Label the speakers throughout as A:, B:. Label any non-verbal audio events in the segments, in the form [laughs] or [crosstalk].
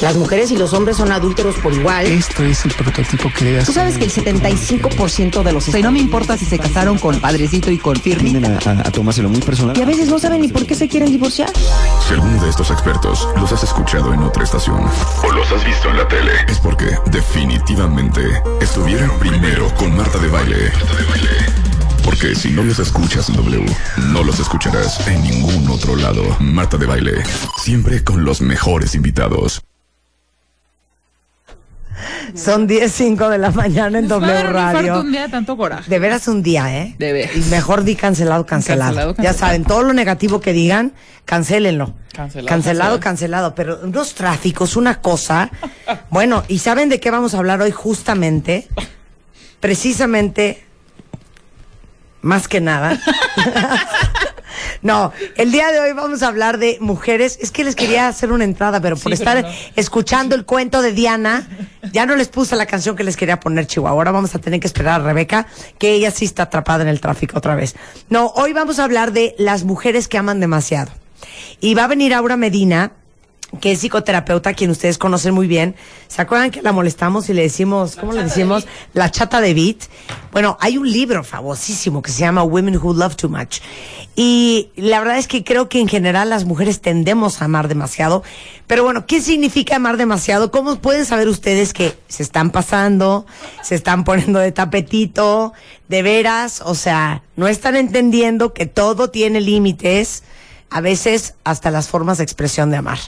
A: Las mujeres y los hombres son adúlteros por igual.
B: Esto es el prototipo que debe
A: Tú sabes que el 75% de los...
C: O sea, y no me importa si se casaron con Padrecito y con
D: Tienden
C: Firmita.
D: a, a- a tomárselo muy personal.
A: Y a veces no saben ni por qué se quieren divorciar.
E: Si alguno de estos expertos los has escuchado en otra estación o los has visto en la tele, es porque definitivamente estuvieron primero con Marta de Baile. Porque si no los escuchas en W, no los escucharás en ningún otro lado. Marta de Baile, siempre con los mejores invitados.
F: Son 10, 5 de la mañana en
G: Les va a
F: W
G: dar un infarto
F: Radio.
G: un día de tanto coraje.
F: De veras un día, ¿eh?
G: De veras.
F: Y mejor di cancelado, cancelado.
G: Cancelado,
F: Ya
G: cancelado.
F: saben, todo lo negativo que digan, cancelenlo.
G: Cancelado,
F: cancelado,
G: cancelado.
F: cancelado. Pero unos tráficos, una cosa. Bueno, ¿y saben de qué vamos a hablar hoy justamente? Precisamente, más que nada. No, el día de hoy vamos a hablar de mujeres. Es que les quería hacer una entrada, pero por
G: Sí, pero
F: estar
G: no.
F: escuchando el cuento de Diana, ya no les puse la canción que les quería poner, Chihuahua. Ahora vamos a tener que esperar a Rebeca, que ella sí está atrapada en el tráfico otra vez. No, hoy vamos a hablar de las mujeres que aman demasiado. Y va a venir Aura Medina, que es psicoterapeuta, quien ustedes conocen muy bien. ¿Se acuerdan que la molestamos y le decimos, ¿cómo le decimos? La chata de Beat. Bueno, hay un libro famosísimo que se llama Women Who Love Too Much. Y la verdad es que creo que en general las mujeres tendemos a amar demasiado. Pero bueno, ¿qué significa amar demasiado? ¿Cómo pueden saber ustedes que se están pasando, se están poniendo de tapetito, de veras? O sea, no están entendiendo que todo tiene límites a veces hasta las formas de expresión de amar.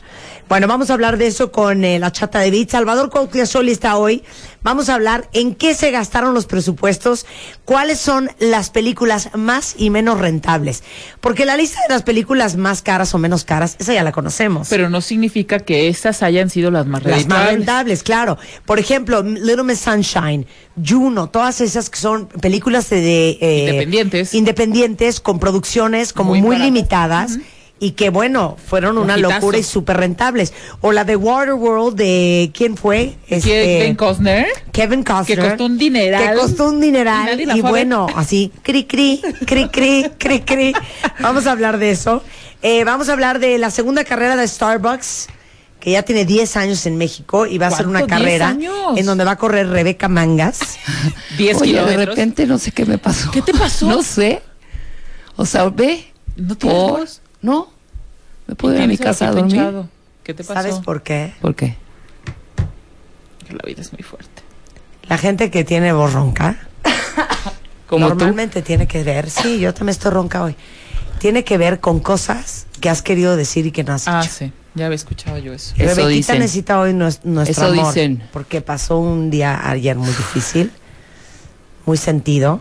F: Bueno, vamos a hablar de eso con eh, la chata de Bit. Salvador Soli está hoy. Vamos a hablar en qué se gastaron los presupuestos, cuáles son las películas más y menos rentables. Porque la lista de las películas más caras o menos caras, esa ya la conocemos.
G: Pero no significa que estas hayan sido las más
F: Las
G: rentables.
F: más rentables, claro. Por ejemplo, Little Miss Sunshine, Juno, todas esas que son películas de... de, eh,
G: Independientes.
F: Independientes, con producciones como muy,
G: Muy baratas.
F: limitadas. Y que bueno, fueron una
G: Hitazo.
F: locura y súper rentables. O la de Waterworld de quién fue? Este,
G: ¿Quién- Ben Costner?
F: Kevin Costner.
G: Que costó un dineral.
F: Que costó un
G: Y
F: dineral.
G: nadie
F: Y,
G: la fue a ver.
F: bueno, así, cri, cri, cri, cri, cri, cri. Vamos a hablar de eso. Eh, vamos a hablar de la segunda carrera de Starbucks, que ya tiene 10 años en México y va a ser una
G: ¿Cuánto?
F: carrera
G: 10 años.
F: en donde va a correr Rebeca Mangas.
G: 10
C: Oye, de
G: kilómetros.
C: repente no sé qué me pasó.
G: ¿Qué te pasó?
C: [laughs] No sé. O sea, ve.
G: ¿No tienes
C: por-
G: voz?
C: No. Me puedo ir a mi
G: Pienso
C: casa a
G: que
C: dormir.
G: pinchado. ¿Qué te pasó?
F: ¿Sabes por qué?
C: ¿Por qué?
G: La vida es muy fuerte.
F: La gente que tiene voz ronca
C: Como
F: normalmente tiene que ver, sí, yo también estoy ronca hoy, tiene que ver con cosas que has querido decir y que no has
G: Ah,
F: hecho.
G: sí. Ya había escuchado yo eso.
C: Eso
F: Rebequita
C: dicen.
F: necesita hoy nues- nuestro
C: Eso
F: amor.
C: dicen.
F: Porque pasó un día ayer muy difícil, muy sentido.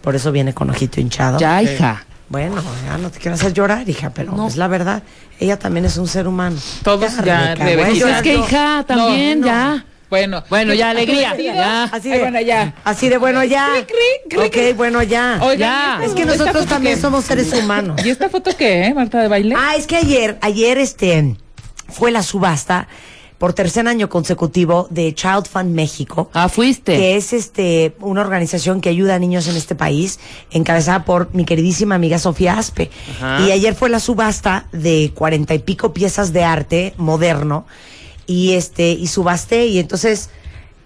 F: Por eso viene con ojito hinchado.
C: tú. Ya, hija.
F: Bueno, ya no te quiero hacer llorar, hija, pero es la verdad. Ella también es un ser humano.
G: Todos ya,
F: Rebeca, güey.
G: Rebequita.
C: Pues es que, hija, también, ya.
G: Bueno.
C: Bueno, ya, alegría.
G: Divertida.
C: Ya.
F: Así
G: Ay,
F: de,
G: bueno, ya.
F: Así de bueno ya.
G: Cri, cri, cri,
F: ok,
G: cri.
F: bueno ya.
G: Oigan,
C: Ya.
G: ¿y esta
F: es que
G: foto- esta
F: nosotros
G: foto
F: también
G: qué?
F: somos seres humanos.
G: ¿Y esta foto qué, eh, Marta de baile?
F: Ah, es que ayer, ayer este fue la subasta por tercer año consecutivo de Child Fund México.
C: Ah, fuiste.
F: Que es este una organización que ayuda a niños en este país, encabezada por mi queridísima amiga Sofía Aspe. Y ayer fue la subasta de cuarenta y pico piezas de arte moderno. Y este, y subasté, y entonces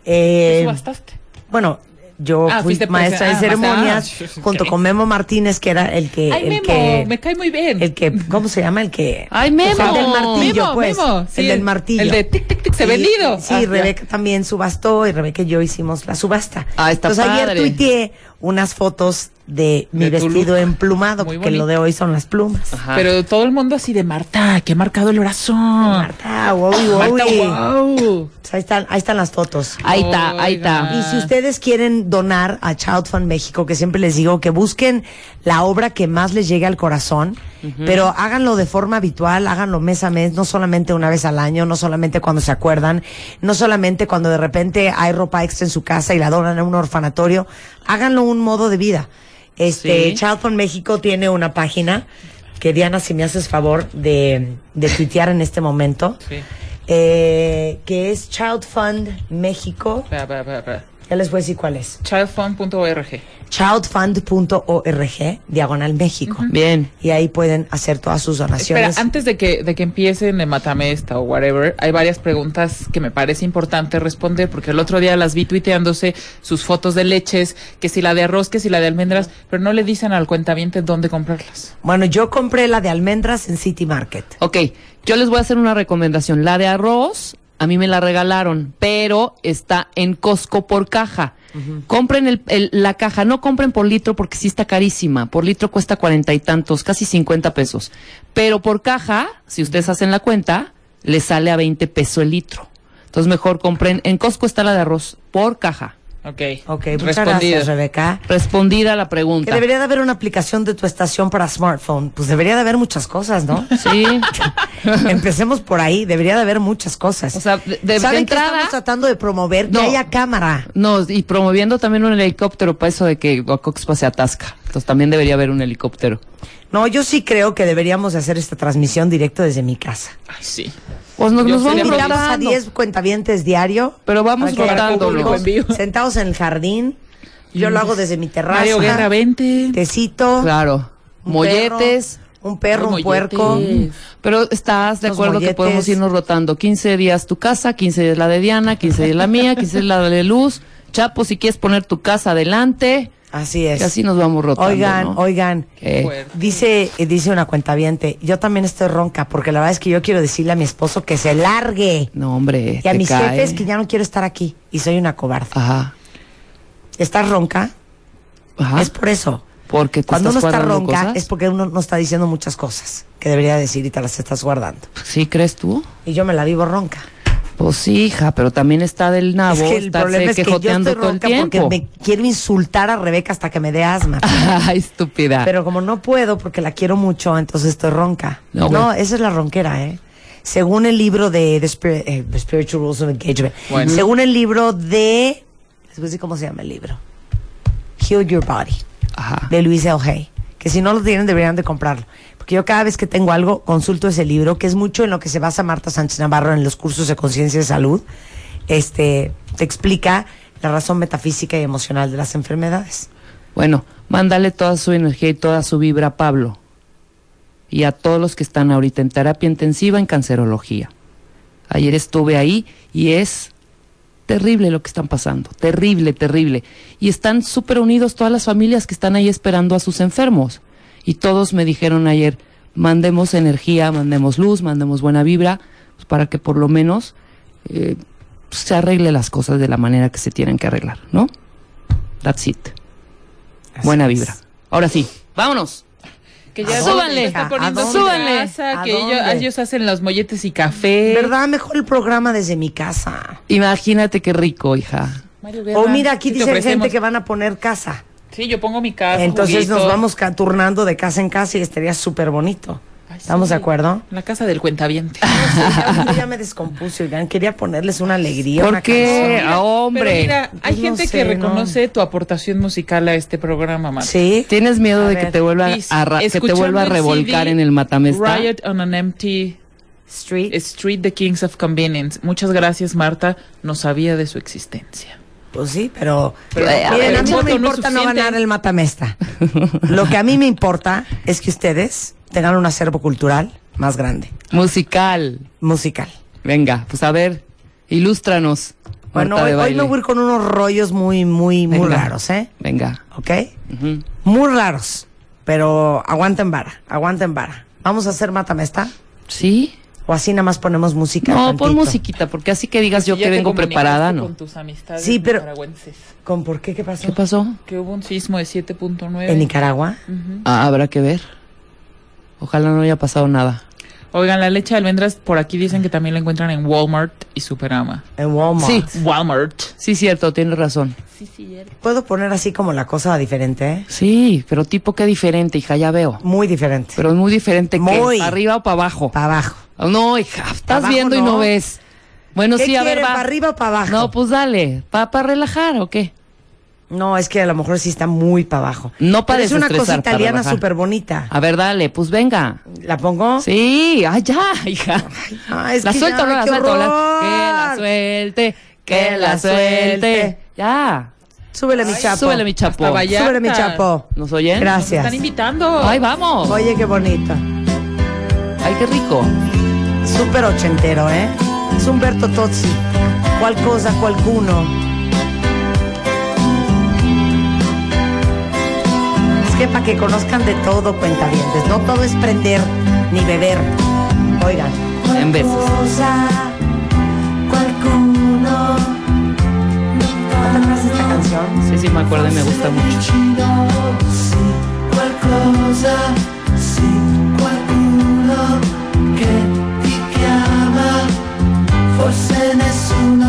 F: eh,
G: ¿Qué subastaste?
F: bueno, yo
G: Ah,
F: fui
G: fuiste presen-
F: maestra de
G: ah,
F: ceremonias
G: maestra. Ah, [laughs]
F: junto
G: ok.
F: con Memo Martínez, que era el que,
G: Ay,
F: eh, el
G: Memo,
F: que
G: me cae muy bien.
F: el que, ¿cómo se llama? El que.
C: Ay, Memo.
F: El del martillo,
G: Memo,
F: pues.
G: Memo, sí,
F: el del martillo.
G: el de tic, tic, tic, se
F: Y-
G: venido.
F: Sí,
G: Ah, ya.
F: Rebeca también subastó y Rebeca y yo hicimos la subasta.
C: Ah, está
F: Entonces ayer
C: padre.
F: tuiteé unas fotos de mi
G: De tu
F: vestido
G: look.
F: emplumado,
G: Muy
F: porque
G: bonito.
F: lo
G: Ah.
F: de hoy son las plumas.
G: Pero todo el mundo así de Marta, que ha marcado el corazón.
F: Marta, wow, wow.
G: Marta, wow.
F: Pues ahí, están, ahí están las fotos.
C: Ahí está, ahí está.
F: Y si ustedes quieren donar a Child Fund México, que siempre les digo que busquen la obra que más les llegue al corazón, pero háganlo de forma habitual, háganlo mes a mes, no solamente una vez al año, no solamente cuando se acuerdan, no solamente cuando de repente hay ropa extra en su casa y la donan a un orfanatorio, háganlo un modo de vida. Este,
C: Sí.
F: Child Fund México tiene una página que Diana, si me haces favor de, de tuitear en este momento,
G: Sí.
F: eh, que es Child Fund México.
G: Espera, espera, espera, espera.
F: Ya les voy a decir cuál es.
D: Childfund.org.
F: Childfund.org, diagonal México.
C: Bien.
F: Y ahí pueden hacer todas sus
D: Espera,
F: donaciones.
D: antes de que, de que empiecen de Matame esta o whatever, hay varias preguntas que me parece importante responder, porque el otro día las vi tuiteándose sus fotos de leches, que si la de arroz, que si la de almendras, pero no le dicen al cuentaviente dónde comprarlas.
F: Bueno, yo compré la de almendras en City Market.
C: Ok, yo les voy a hacer una recomendación. La de arroz, a mí me la regalaron, pero está en Costco por caja. Compren el- el- la caja, no compren por litro porque sí está carísima. Por litro cuesta cuarenta y tantos, casi cincuenta pesos. Pero por caja, si ustedes hacen la cuenta, les sale a veinte pesos el litro. Entonces mejor compren, en Costco está la de arroz por caja.
D: Ok.
F: Ok, muchas
D: Respondido.
F: gracias, Rebeca.
C: Respondida la
F: Que
C: pregunta.
F: debería de haber una aplicación de tu estación para smartphone. Pues debería de haber muchas cosas, ¿no?
C: [laughs] Sí.
F: Empecemos por ahí, debería de haber muchas cosas.
C: O sea, de- de- de
F: ¿Saben qué
C: entrada-
F: estamos tratando de promover?
C: No.
F: Que haya cámara.
C: No, y promoviendo también un helicóptero para eso de que Guacoxpa se atasca. Entonces también debería haber un helicóptero.
F: No, yo sí creo que deberíamos de hacer esta transmisión directo desde mi casa.
D: Ay, sí.
C: Pues nos,
D: Yo
C: nos
D: sí
C: vamos
D: le aplaudo.
F: Invitamos a
C: rotando.
F: 10 cuentavientes diario.
C: Pero vamos
F: Para que-
C: rotándolo.
D: Público en vivo.
F: Sentados en el jardín. Yo lo hago desde mi terraza.
D: Mario Guerra, vente.
F: Tecito.
C: Claro.
F: un
C: Molletes.
F: perro, un perro, un
D: Molletes.
F: puerco.
C: Pero estás de
F: Los
C: acuerdo que
F: molletes.
C: podemos irnos rotando. 15 días tu casa, 15 días la de Diana, 15 días la mía, 15 días la de Luz. Chapo, si quieres poner tu casa adelante.
F: Así es.
C: Y así nos vamos rotando.
F: Oigan,
C: ¿no?
F: oigan.
C: Eh,
D: Fuerte.
F: Dice, eh, dice una cuentaviente, yo también estoy ronca porque la verdad es que yo quiero decirle a mi esposo que se largue
C: no, hombre.
F: y a
C: te
F: mis
C: cae.
F: jefes que ya no quiero estar aquí y soy una cobarde.
C: Ajá.
F: ¿Estás ronca?
C: Ajá.
F: Es por eso.
C: porque te
F: Cuando uno
C: estás
F: está
C: guardando
F: ronca
C: cosas.
F: es porque uno no está diciendo muchas cosas que debería decir y te las estás guardando.
C: ¿Sí crees tú?
F: Y yo me la vivo ronca.
C: Pues sí, hija, pero también está del nabo
F: es que el
C: estarse
F: problema es que yo
C: quejoteando
F: estoy
C: todo el
F: ronca porque
C: tiempo. Ah.
F: me quiero insultar a Rebeca hasta que me dé asma.
C: [laughs] Ay, estúpida.
F: Pero como no puedo porque la quiero mucho, entonces estoy ronca. No,
C: No, güey.
F: esa es la ronquera, ¿eh? Según el libro de The, Spir- eh, The Spiritual Rules of Engagement.
D: Bueno.
F: Según el libro de... Les voy a decir cómo se llama el libro. Heal Your Body,
C: Ajá.
F: de Luisa O'Hay. Que si no lo tienen, deberían de comprarlo. Porque yo cada vez que tengo algo, consulto ese libro, que es mucho en lo que se basa Marta Sánchez Navarro en los cursos de conciencia de salud. Este, te explica la razón metafísica y emocional de las enfermedades.
C: Bueno, mándale toda su energía y toda su vibra a Pablo. Y a todos los que están ahorita en terapia intensiva en cancerología. Ayer estuve ahí y es terrible lo que están pasando. Terrible, terrible. Y están súper unidos todas las familias que están ahí esperando a sus enfermos. Y todos me dijeron ayer, mandemos energía, mandemos luz, mandemos buena vibra, pues, para que por lo menos eh, se arregle las cosas de la manera que se tienen que arreglar, ¿no? That's it. Buena vibra. Ahora sí, vámonos.
D: Que
F: ¿A dónde,
C: Súbanle,
D: está
F: hija?
D: poniendo
F: ¿A
D: su
C: dónde?
D: casa,
F: ¿A
D: que ellos,
F: dónde?
D: ellos hacen los molletes y café.
F: ¿Verdad? Mejor el programa desde mi casa.
C: Imagínate qué rico, hija.
D: Mario
F: O
D: Guerra,
F: Oh, mira, aquí
D: ¿qué te
F: dice gente
D: ofrecemos? Ah,
F: que van a poner casa.
D: Sí, yo pongo mi casa.
F: Entonces nos
D: juguitos.
F: vamos ca- turnando de casa en casa y estaría súper bonito.
D: Ay,
F: ¿Estamos
D: sí.
F: de acuerdo?
D: La casa del cuentaviente.
F: Ah, eh,
D: [laughs]
F: Ya- Yo ya me descompuse, oigan. Quería ponerles una alegría.
C: ¿Por
F: una
C: qué?
F: canción.
C: Ah, hombre.
D: Pero mira, hay
F: Pues no
D: gente
F: sé,
D: que
F: no.
D: reconoce tu aportación musical a este programa, Marta.
F: Sí.
C: ¿Tienes miedo
F: A
C: de
F: ver,
C: que te vuelva
D: Dice,
C: a, ra- que te
D: escuchando
C: vuelva a
D: el
C: revolcar
D: CD
C: en el matamesta?
D: Riot on an empty
F: Street.
D: street, the kings of convenience. Muchas gracias, Marta. No sabía de su existencia.
F: Pues sí, pero.
D: Pero-
F: Eh, a
D: pero
F: Miren, a
D: un
F: mí no
D: voto
F: me
D: no es
F: importa no
D: suficiente.
F: ganar el matamesta. Lo que a mí me importa es que ustedes tengan un acervo cultural más grande,
C: Musical.
F: musical.
C: Venga, pues a ver, ilústranos.
F: Bueno,
C: Marta
F: hoy,
C: de
F: hoy
C: baile.
F: me voy a ir con unos rollos muy, muy, muy
C: Venga.
F: raros, ¿eh?
C: Venga.
F: ¿ok? Muy raros, pero aguanten vara, aguanten vara. Vamos a hacer matamesta
C: ¿Sí?
F: o así nada más ponemos música.
C: No,
F: tantito?
C: pon musiquita, porque así que digas yo
D: Y ya este
C: que
D: te
C: vengo
D: comunicaste
C: preparada,
D: Con
C: ¿no?
D: tus amistades
F: Sí, pero-
D: nicaragüenses.
F: ¿Con por qué? ¿Qué pasó?
C: ¿Qué pasó?
D: Que hubo un sismo de 7.9.
F: ¿En Nicaragua?
C: Ah, habrá que ver. Ojalá no haya pasado nada.
D: Oigan, la leche de almendras por aquí dicen que también la encuentran en Walmart y Superama.
F: En Walmart.
C: Sí.
D: Walmart.
C: Sí, cierto, tienes razón.
F: Puedo poner así como la cosa diferente, ¿eh?
C: Sí, pero tipo qué diferente, hija, ya veo.
F: Muy diferente.
C: Pero es muy diferente
F: Muy.
C: que arriba o para abajo.
F: Para abajo.
C: No, hija, estás
F: Abajo
C: viendo y
F: no.
C: no ves. Bueno,
F: ¿Qué
C: sí, a ver,
F: quieren,
C: va.
F: para arriba o para abajo?
C: No, pues dale, ¿para relajar o qué?
F: No, es que a lo mejor sí está muy para abajo.
C: No
F: Pero
C: para
F: es una cosa
C: desestresar, para
F: italiana
C: relajar.
F: súper bonita.
C: A ver, dale, pues venga.
F: ¿La pongo?
C: Sí, ah, ya, [laughs] hija.
F: Ah, es
C: la
F: que
C: suelto,
F: ya,
C: no la
F: qué
C: suelto. la-
F: horror.
C: Que la suelte, que la suelte. Ya.
F: Súbele mi chapo.
C: Súbele mi chapo.
D: hasta Vallarta.
F: Súbele mi chapo.
C: ¿Nos oyen?
F: Oh, Gracias.
D: Están invitando.
C: Ay, vamos.
F: Oye, qué bonito.
C: Ay, qué rico.
F: Súper ochentero, ¿eh? Es Humberto Tozzi. Cual cosa, cualcuno. Es que para que conozcan de todo, cuentavientes. No todo es prender ni beber. Oigan.
C: En besos.
F: ¿No te acuerdas de esta canción?
C: Sí, sí, me acuerdo y me gusta mucho. [laughs]
F: [laughs]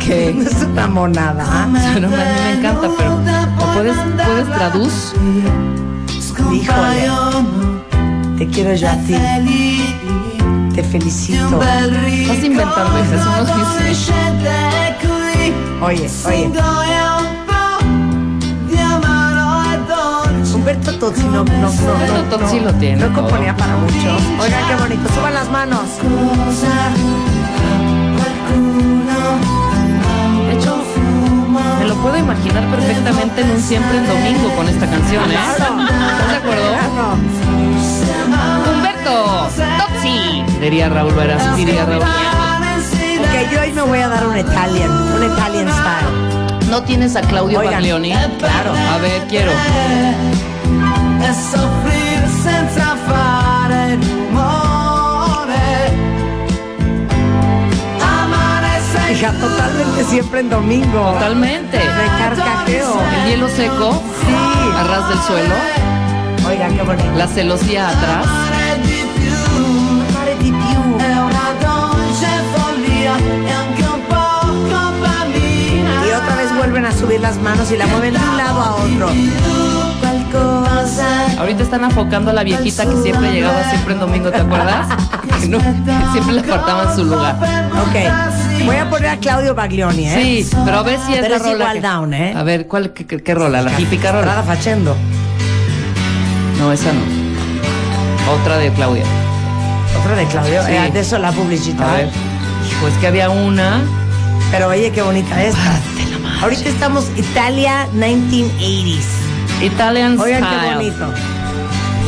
C: Que
F: Es una monada. ¿ah?
C: no, a mí me encanta, pero ¿lo puedes, puedes traduz?
F: Híjole. Te quiero yo a ti. Te felicito.
C: Estás inventando, hija, eso no es difícil.
F: Oye, oye. Humberto Tozzi no, no, no, no,
C: Humberto Tozzi
F: no-
C: lo tiene
F: No
C: todo.
F: componía para mucho. Oigan qué bonito. Suban las manos.
C: De hecho, me lo puedo imaginar perfectamente en un siempre en domingo con esta canción, ¿eh? ¿Estás de acuerdo?
F: Claro.
C: Humberto, Topsy. Diría Raúl Veras, diría Raúl.
F: Ok, yo hoy me voy a dar un Italian, un Italian style.
C: ¿No tienes a Claudio
F: Oigan.
C: Baglioni? Claro. A ver, quiero.
F: Hija, totalmente siempre en domingo.
C: Totalmente.
F: Me carcajeo.
C: El hielo seco, a
F: Sí.
C: ras del suelo,
F: Oigan, qué bonito.
C: la celosía atrás.
F: Amare di più. Y otra vez vuelven a subir las manos y la mueven de un lado a otro.
C: Ahorita están afocando a la viejita que siempre llegaba siempre en domingo, ¿te acuerdas? [laughs] Que no- siempre le apartaban su lugar.
F: Ok, voy a poner a Claudio Baglioni, ¿eh?
C: Sí, pero a ver si es
F: Pero
C: la
F: es
C: rola.
F: igual
C: que-
F: down, ¿eh?
C: A ver, ¿cuál, qué, qué- qué rola? ¿La típica
F: Rada
C: rola?
F: Fachendo.
C: No, esa no. Otra de Claudia.
F: Otra de Claudio.
C: Sí.
F: eh, de eso la publicita. ¿eh?
C: A ver. Pues que había una.
F: Pero oye, qué bonita es. Ahorita estamos Italia 1980s.
C: Italian
F: Oigan, qué
C: Style.
F: bonito.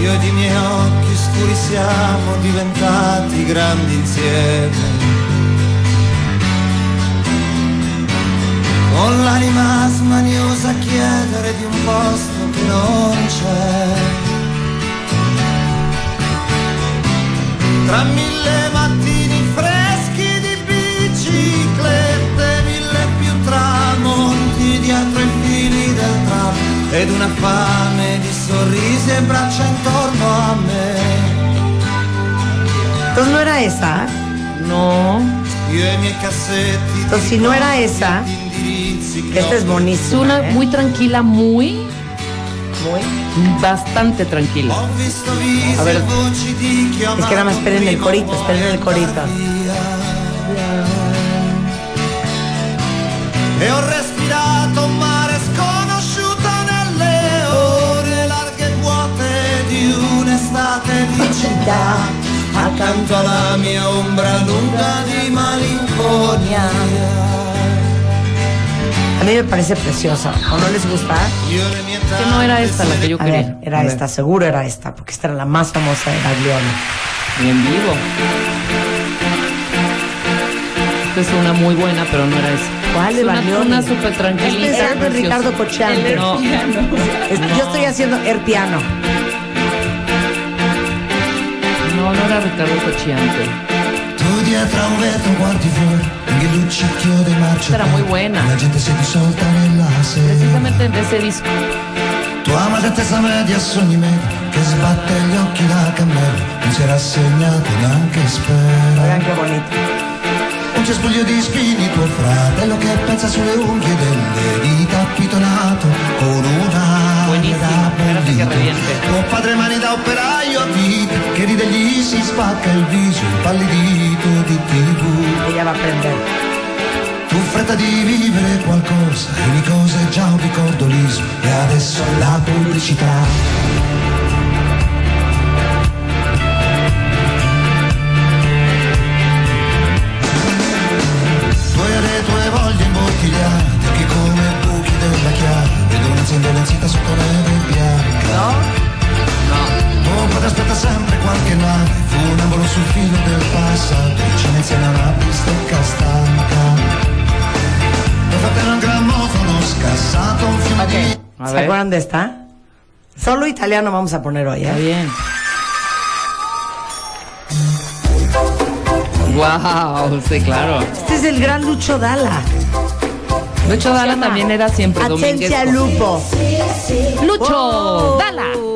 H: Io ed i miei occhi scuri siamo diventati grandi insieme. Con l'anima smaniosa a chiedere di un posto che non c'è. Tra mille mattini freschi di biciclette, mille più tramonti dietro i fili del tram ed una fame di sorrisi e braccia intorno a me.
F: Entonces no era esa.
C: No.
H: Io e i miei cassetti. di
F: Entonces si no era esa,
H: ricordi, indirizzi che
F: esta
H: ho
F: es
C: Es
F: buenísima.
C: una
F: ¿eh?
C: muy tranquila, muy,
F: Muy-
C: bastante tranquila.
F: Oh.
H: Ho visto visi
C: A ver.
H: e voci di chi ho
F: Es que nada más
H: amato
F: esperen el
H: prima o
F: corito,
H: poi
F: esperen el
H: andar
F: corito.
H: via. E ho respirato un mare sconosciuto nelle ore larghe e vuote di un'estate di città. Accanto alla mia ombra lunga di malinconia.
F: A mí me parece preciosa. ¿O no les gusta?
H: Io le mie
C: Que no era esta la que yo
F: A
C: quería.
F: ver, era esta, seguro era esta, porque esta era la más famosa de Baglioni.
C: Y en vivo. Esta es una muy buena, pero no era esa.
F: ¿Cuál
C: Es
F: de
C: una-
F: Baglioni?
C: Una súper
F: Estoy
C: tranquilita.
F: pensando en
C: preciosa.
F: Este Ricardo Cochante.
C: No,
F: Es- Yo estoy haciendo air piano.
C: no, no era Ricardo Cochante.
H: Tu dietro a un vetro guardi fuori, anche il luccichio dei marciapiedi.
C: Era muy buena.
H: La gente si dissolta nella sera.
C: Precisamente de ese disco.
H: Tua madre tesa media a sogni me, che sbatte gli occhi da cammello, non si era assegnato neanche spera.
F: Oigan qué bonito.
H: Un cespuglio di spini, tuo fratello che pensa sulle unghie delle dita pittonato con una
C: Buonissimo,
H: da
C: spero che
H: bandito.
C: riente.
H: Tuo padre mani da operaio a vita, che ride gli si spacca il viso, impallidito di tv.
F: Ella va a aprender.
H: Tu fretta di vivere qualcosa, ogni cosa è già un ricordo liso e adesso è la pubblicità. Oh, macchina, un angolo sul filo del passato, Cinezia era una bistecca stanca. Mio fratello è un grammofono scassato, un fiume di...
D: A
F: ¿Se
D: ver.
F: acuerdan de esta? Solo italiano vamos a poner hoy,
D: Está
F: ¿eh?
D: bien. Wow, sí, claro.
F: Este es el gran Lucho Dalla.
C: Lucho Dala también era siempre
F: Atencia
C: dominguesco.
F: Lupo.
C: Lucho Dala.
F: Oh.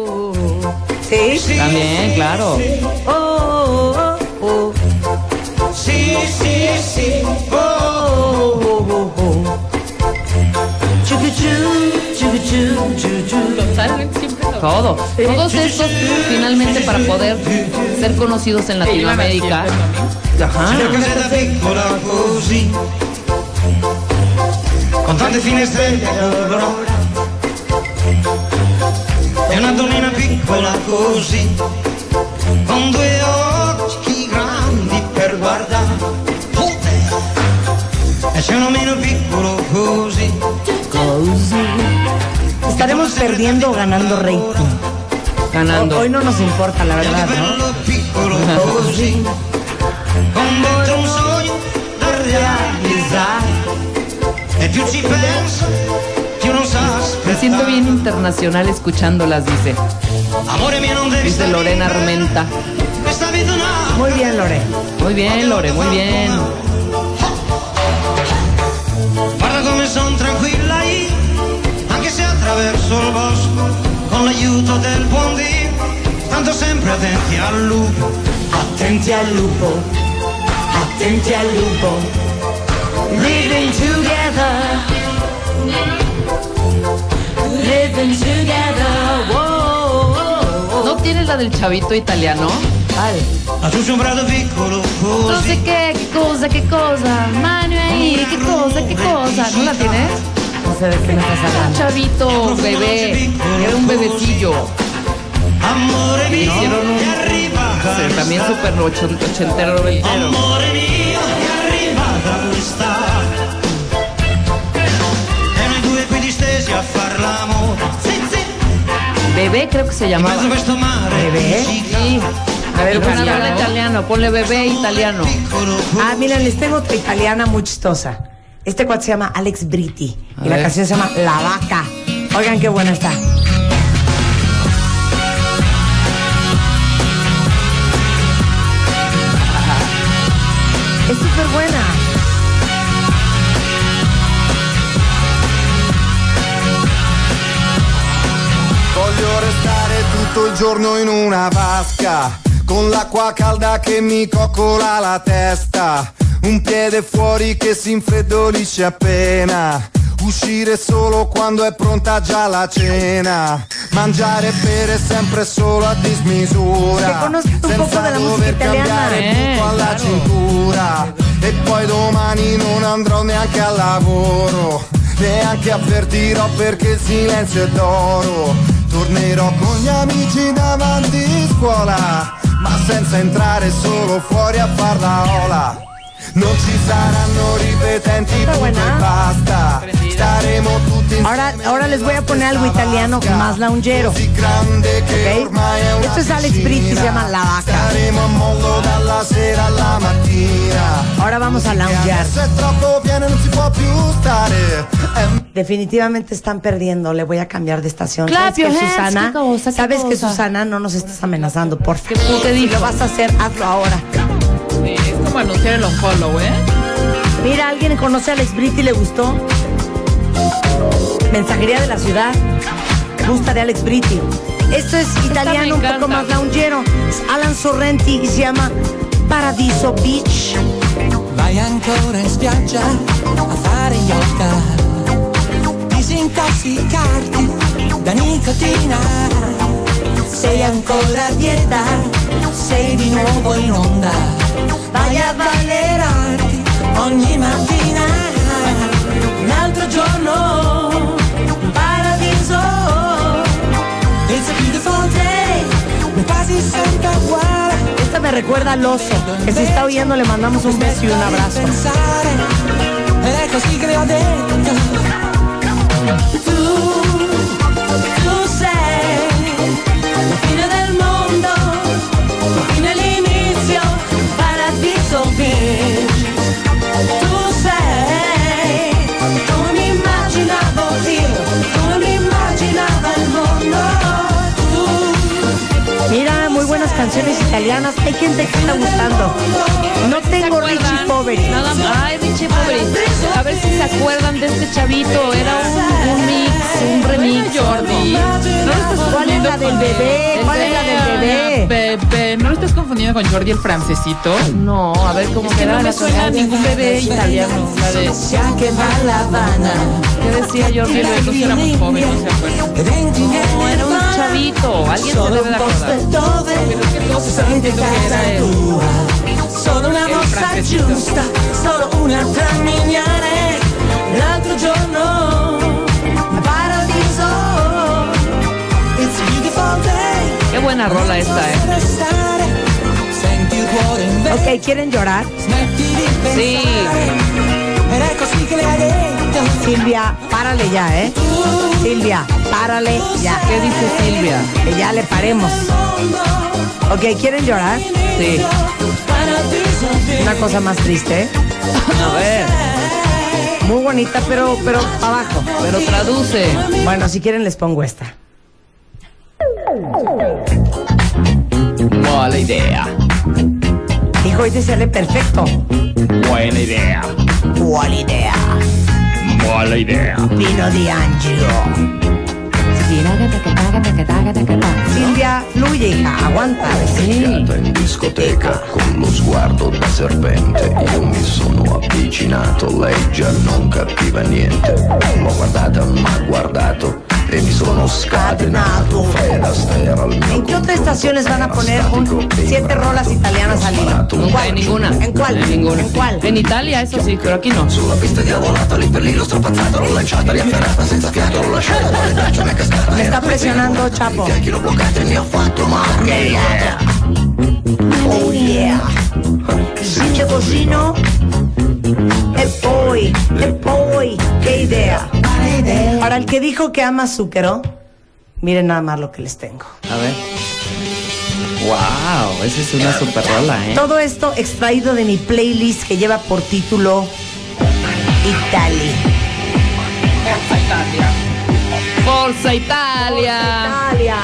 F: Sí.
C: También, claro.
F: Oh, oh, oh, oh. Oh, oh, oh, oh. Chucuchú, chucuchú, chucuchú.
C: Todo. Todos estos finalmente para poder ser conocidos en Latinoamérica.
H: Mia
C: Ajá.
H: casa era piccola così Con tante finestrelle all'aurora E una donnina piccola così Con due occhi grandi per guardare E c'è un omino piccolo così
F: Estaremos perdiendo o ganando rating.
C: Ganando.
F: Hoy no nos importa, la
H: E un
F: verdad, ¿no?
H: bello piccolo così Con dentro un sogno da realizzare E più ci penso più non so
C: Me siento bien internacional escuchándolas, dice.
H: Amore mio non devi
C: Dice
H: stare
C: Lorena
H: in guerra,
C: Armenta.
H: Questa vita no
F: Muy bien, Lore.
C: Muy bien, Lore, muy bien.
H: Guarda come son tranquilla io Anche se attraverso il bosco Con l'aiuto del buon Dio Tanto sempre attenti al lupo
F: Attenti al lupo. Attenti al lupo. Living together. Living together. Whoa.
C: ¿No tienes la del chavito italiano?
H: A tu sembrato piccolo
F: Oh,
C: No
H: così
C: sé qué, qué cosa, qué cosa. Manuel, ahí, qué cosa, qué cosa. ¿No la tienes?
F: No sé de qué me estás
C: Era un
F: hablando.
C: chavito, bebé. Era un bebecillo.
H: Amore mio
C: hicieron un-
H: che arriva
C: Sí, También
H: questa-
C: súper ocho- ochentero, noventero.
H: Amore mio che arriva da questa E noi due qui distesi a far l'amore
C: Bebé creo que se
H: In mezzo a
C: llamaba.
H: questo mare
F: Bebè?
H: luccica,
C: Sí. A ver, ponle
D: italiano.
C: italiano. ponle bebé italiano.
H: Piccolo
F: Ah, miren, les tengo otra italiana muy chistosa. Este cuate se llama Alex Britti.
C: A
F: Y la
C: ver.
F: canción se llama La Vaca. Oigan qué buena está. Es súper buena.
I: Voglio restare tutto il giorno in una vasca, con l'acqua calda che mi coccola la testa, un piede fuori che si infreddolisce appena, uscire solo quando è pronta già la cena, mangiare e bere sempre solo a
F: Que
I: dismisura,
F: conozcas un poco de la musica
I: dover
F: italiana.
I: cambiare
C: Eh,
I: tutto alla
C: claro.
I: cintura, e poi domani non andrò neanche al lavoro, neanche avvertirò perché il silenzio è d'oro. Tornerò con gli amici davanti scuola, ma senza entrare solo fuori a far la ola. Non ci saranno ripetenti
F: Está
I: punto
F: buena.
I: e basta. Staremo tutti insieme.
F: Ahora, ahora les voy a poner algo
I: nella
F: italiano
I: vasca,
F: más loungero.
I: Così grande che
F: Ok?
I: ormai è una
F: Esto es Alex Britti, se llama La Vaca.
I: Staremo a mollo dalla sera alla mattina.
F: Ahora vamos a loungear.
I: Se è troppo viene non si può più stare. È
F: Definitivamente están perdiendo. Le voy a cambiar de estación. ¿Sabes
C: Clap
F: que
C: your hands,
F: Susana?
C: qué cosa, qué
F: ¿Sabes que
C: cosa?
F: Susana no nos estás amenazando? Por favor.
C: te
F: Si
C: dijo?
F: lo vas a hacer, hazlo ahora.
D: Es como anunciar el follow, ¿eh?
F: Mira, alguien conoce a Alex Britti y le gustó. Mensajería de la ciudad. Gusta de Alex Britti. Esto es italiano, un poco
C: encanta.
F: más loungero. Es Alan Sorrenti y se llama Paradiso Beach.
J: Vai ancora in spiaggia a fare yoga, disintossicarti da nicotina. Sei ancora a dieta, sei di nuovo in onda. Vai a ballerarti ogni mattina. Un altro giorno, un paradiso. It's a beautiful day, mi quasi sempre uguale.
F: Esta me recuerda al oso. Que si está oyendo, le mandamos un beso y un abrazo.
J: Pensare, è così che le ho detto. Tu, tu sei la fine del mondo,
F: esas canciones italianas. Hay gente que está gustando. No tengo Richie Poveri.
C: Nada más. Ay, Richie Poveri. A ver si se acuerdan de este chavito. Era un, un mix, un remix.
D: Jordi. No lo estás
F: ¿Cuál es
D: confundiendo
F: la del
D: con
F: bebé?
D: el
F: ¿Cuál es la del bebé?
D: Bebé. ¿No lo estás confundiendo con Jordi el francesito?
C: No, a ver cómo
D: Es que
C: quedaba
D: no me
C: la
D: suena a
C: canción.
D: ningún bebé italiano. La de,
J: Ya que va la Habana.
C: ¿Qué decía Jordi?
D: Pero entonces era muy joven, no se acuerda.
C: No, era un chavito. Alguien se debe de acordar.
J: Solo una mossa giusta, solo un'altra mignare. L'altro giorno paradiso. It's a beautiful day.
C: Qué buena rola esta, ¿eh?
J: Restare. Senti il cuore in me.
F: Ok, ¿quieren llorar?
J: Smetti di pensare. Ed è così che le ha detto.
F: Silvia, párale ya, ¿eh? Silvia, párale ya.
C: ¿Qué dice Silvia?
F: Que ya le paremos. Ok, ¿quieren llorar?
C: Sí.
J: Paradiso
F: Una cosa más triste, ¿eh?
C: A ver,
F: Muy bonita, pero, pero para abajo.
C: pero traduce.
F: Bueno, si quieren les pongo esta.
G: Buena idea.
F: Hijo, hoy te sale perfecto.
G: Buena idea.
F: ¿Cuál idea?
G: Buena idea.
F: Vino de Angio. Silvia, fluye, hija, aguanta.
K: in discoteca con lo sguardo da serpente io mi sono avvicinato lei già non capiva niente l'ho guardata ma guardato e mi sono scatenato Fred Astaire al mio
F: ¿En qué otra estaciones van a poner un siete rolas italianas al hilo?
C: Nunca en ninguna.
F: ¿En cuál?
C: En ninguna.
F: ¿En cuál?
C: En Italia, eso sí, pero aquí no.
K: sulla pista diavolata lì per lì l'ho strapazzata l'ho lanciata riafferrata senza fiato l'ho lasciata dalle braccia mi è cascata
F: Me
K: era
F: está presionando, Chapo.
K: che l'ho bloccata e mi ha fatto male
F: Oh yeah. Dice così, no? E poi, e poi, qué idea. Para el que dijo que ama Zúquero, miren nada más lo que les tengo.
G: A ver. Wow, esa es una super rola, ¿eh?
F: Todo esto extraído de mi playlist que lleva por título Italy.
C: Forza Italia.
F: Italia.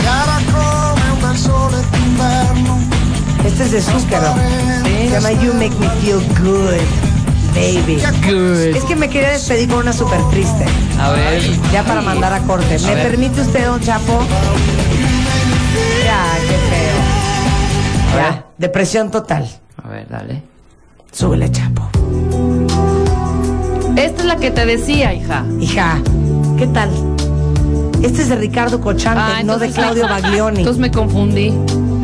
I: Chiara come un bel sole d'inverno
F: Este es de Zúquero. Se llama You Make Me Feel Good, baby.
D: Good.
F: Es que me quería despedir con una súper triste.
D: A ver.
F: Ya para mandar a corte. ¿Me
D: ver.
F: permite usted, don Chapo? Ya, qué feo. Ya, depresión total.
C: A ver, dale.
F: Súbele, Chapo.
C: Esta es la que te decía, hija.
F: Hija, ¿qué tal? Este es de Ricardo Cochante, no de
C: Ah, entonces la- [laughs]
F: Claudio Baglioni.
C: Entonces me confundí.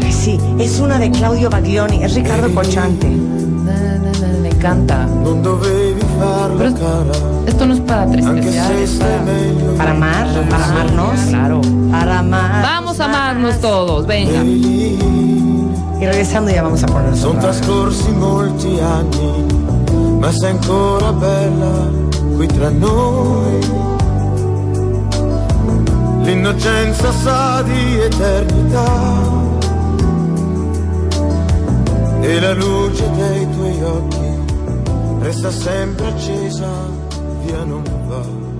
F: Ay, sí, es una de Claudio Baglioni, es Ricardo Cochante.
C: Na, na, na, Me encanta.
I: Non dovevi farlo
C: Però-
I: cara
C: Esto no es para
I: Anche
C: tristeza.
I: se stai meglio
F: Para amar, para amarnos.
C: Claro.
F: Para amar.
C: Vamos a amarnos todos, venga.
I: eri lì
F: Y regresando ya vamos a ponernos.
I: Sono trascorsi molti anni Ma sei ancora bella qui tra noi L'innocenza sa di eternità E la luce dei tuoi occhi Resta sempre accesa, via non va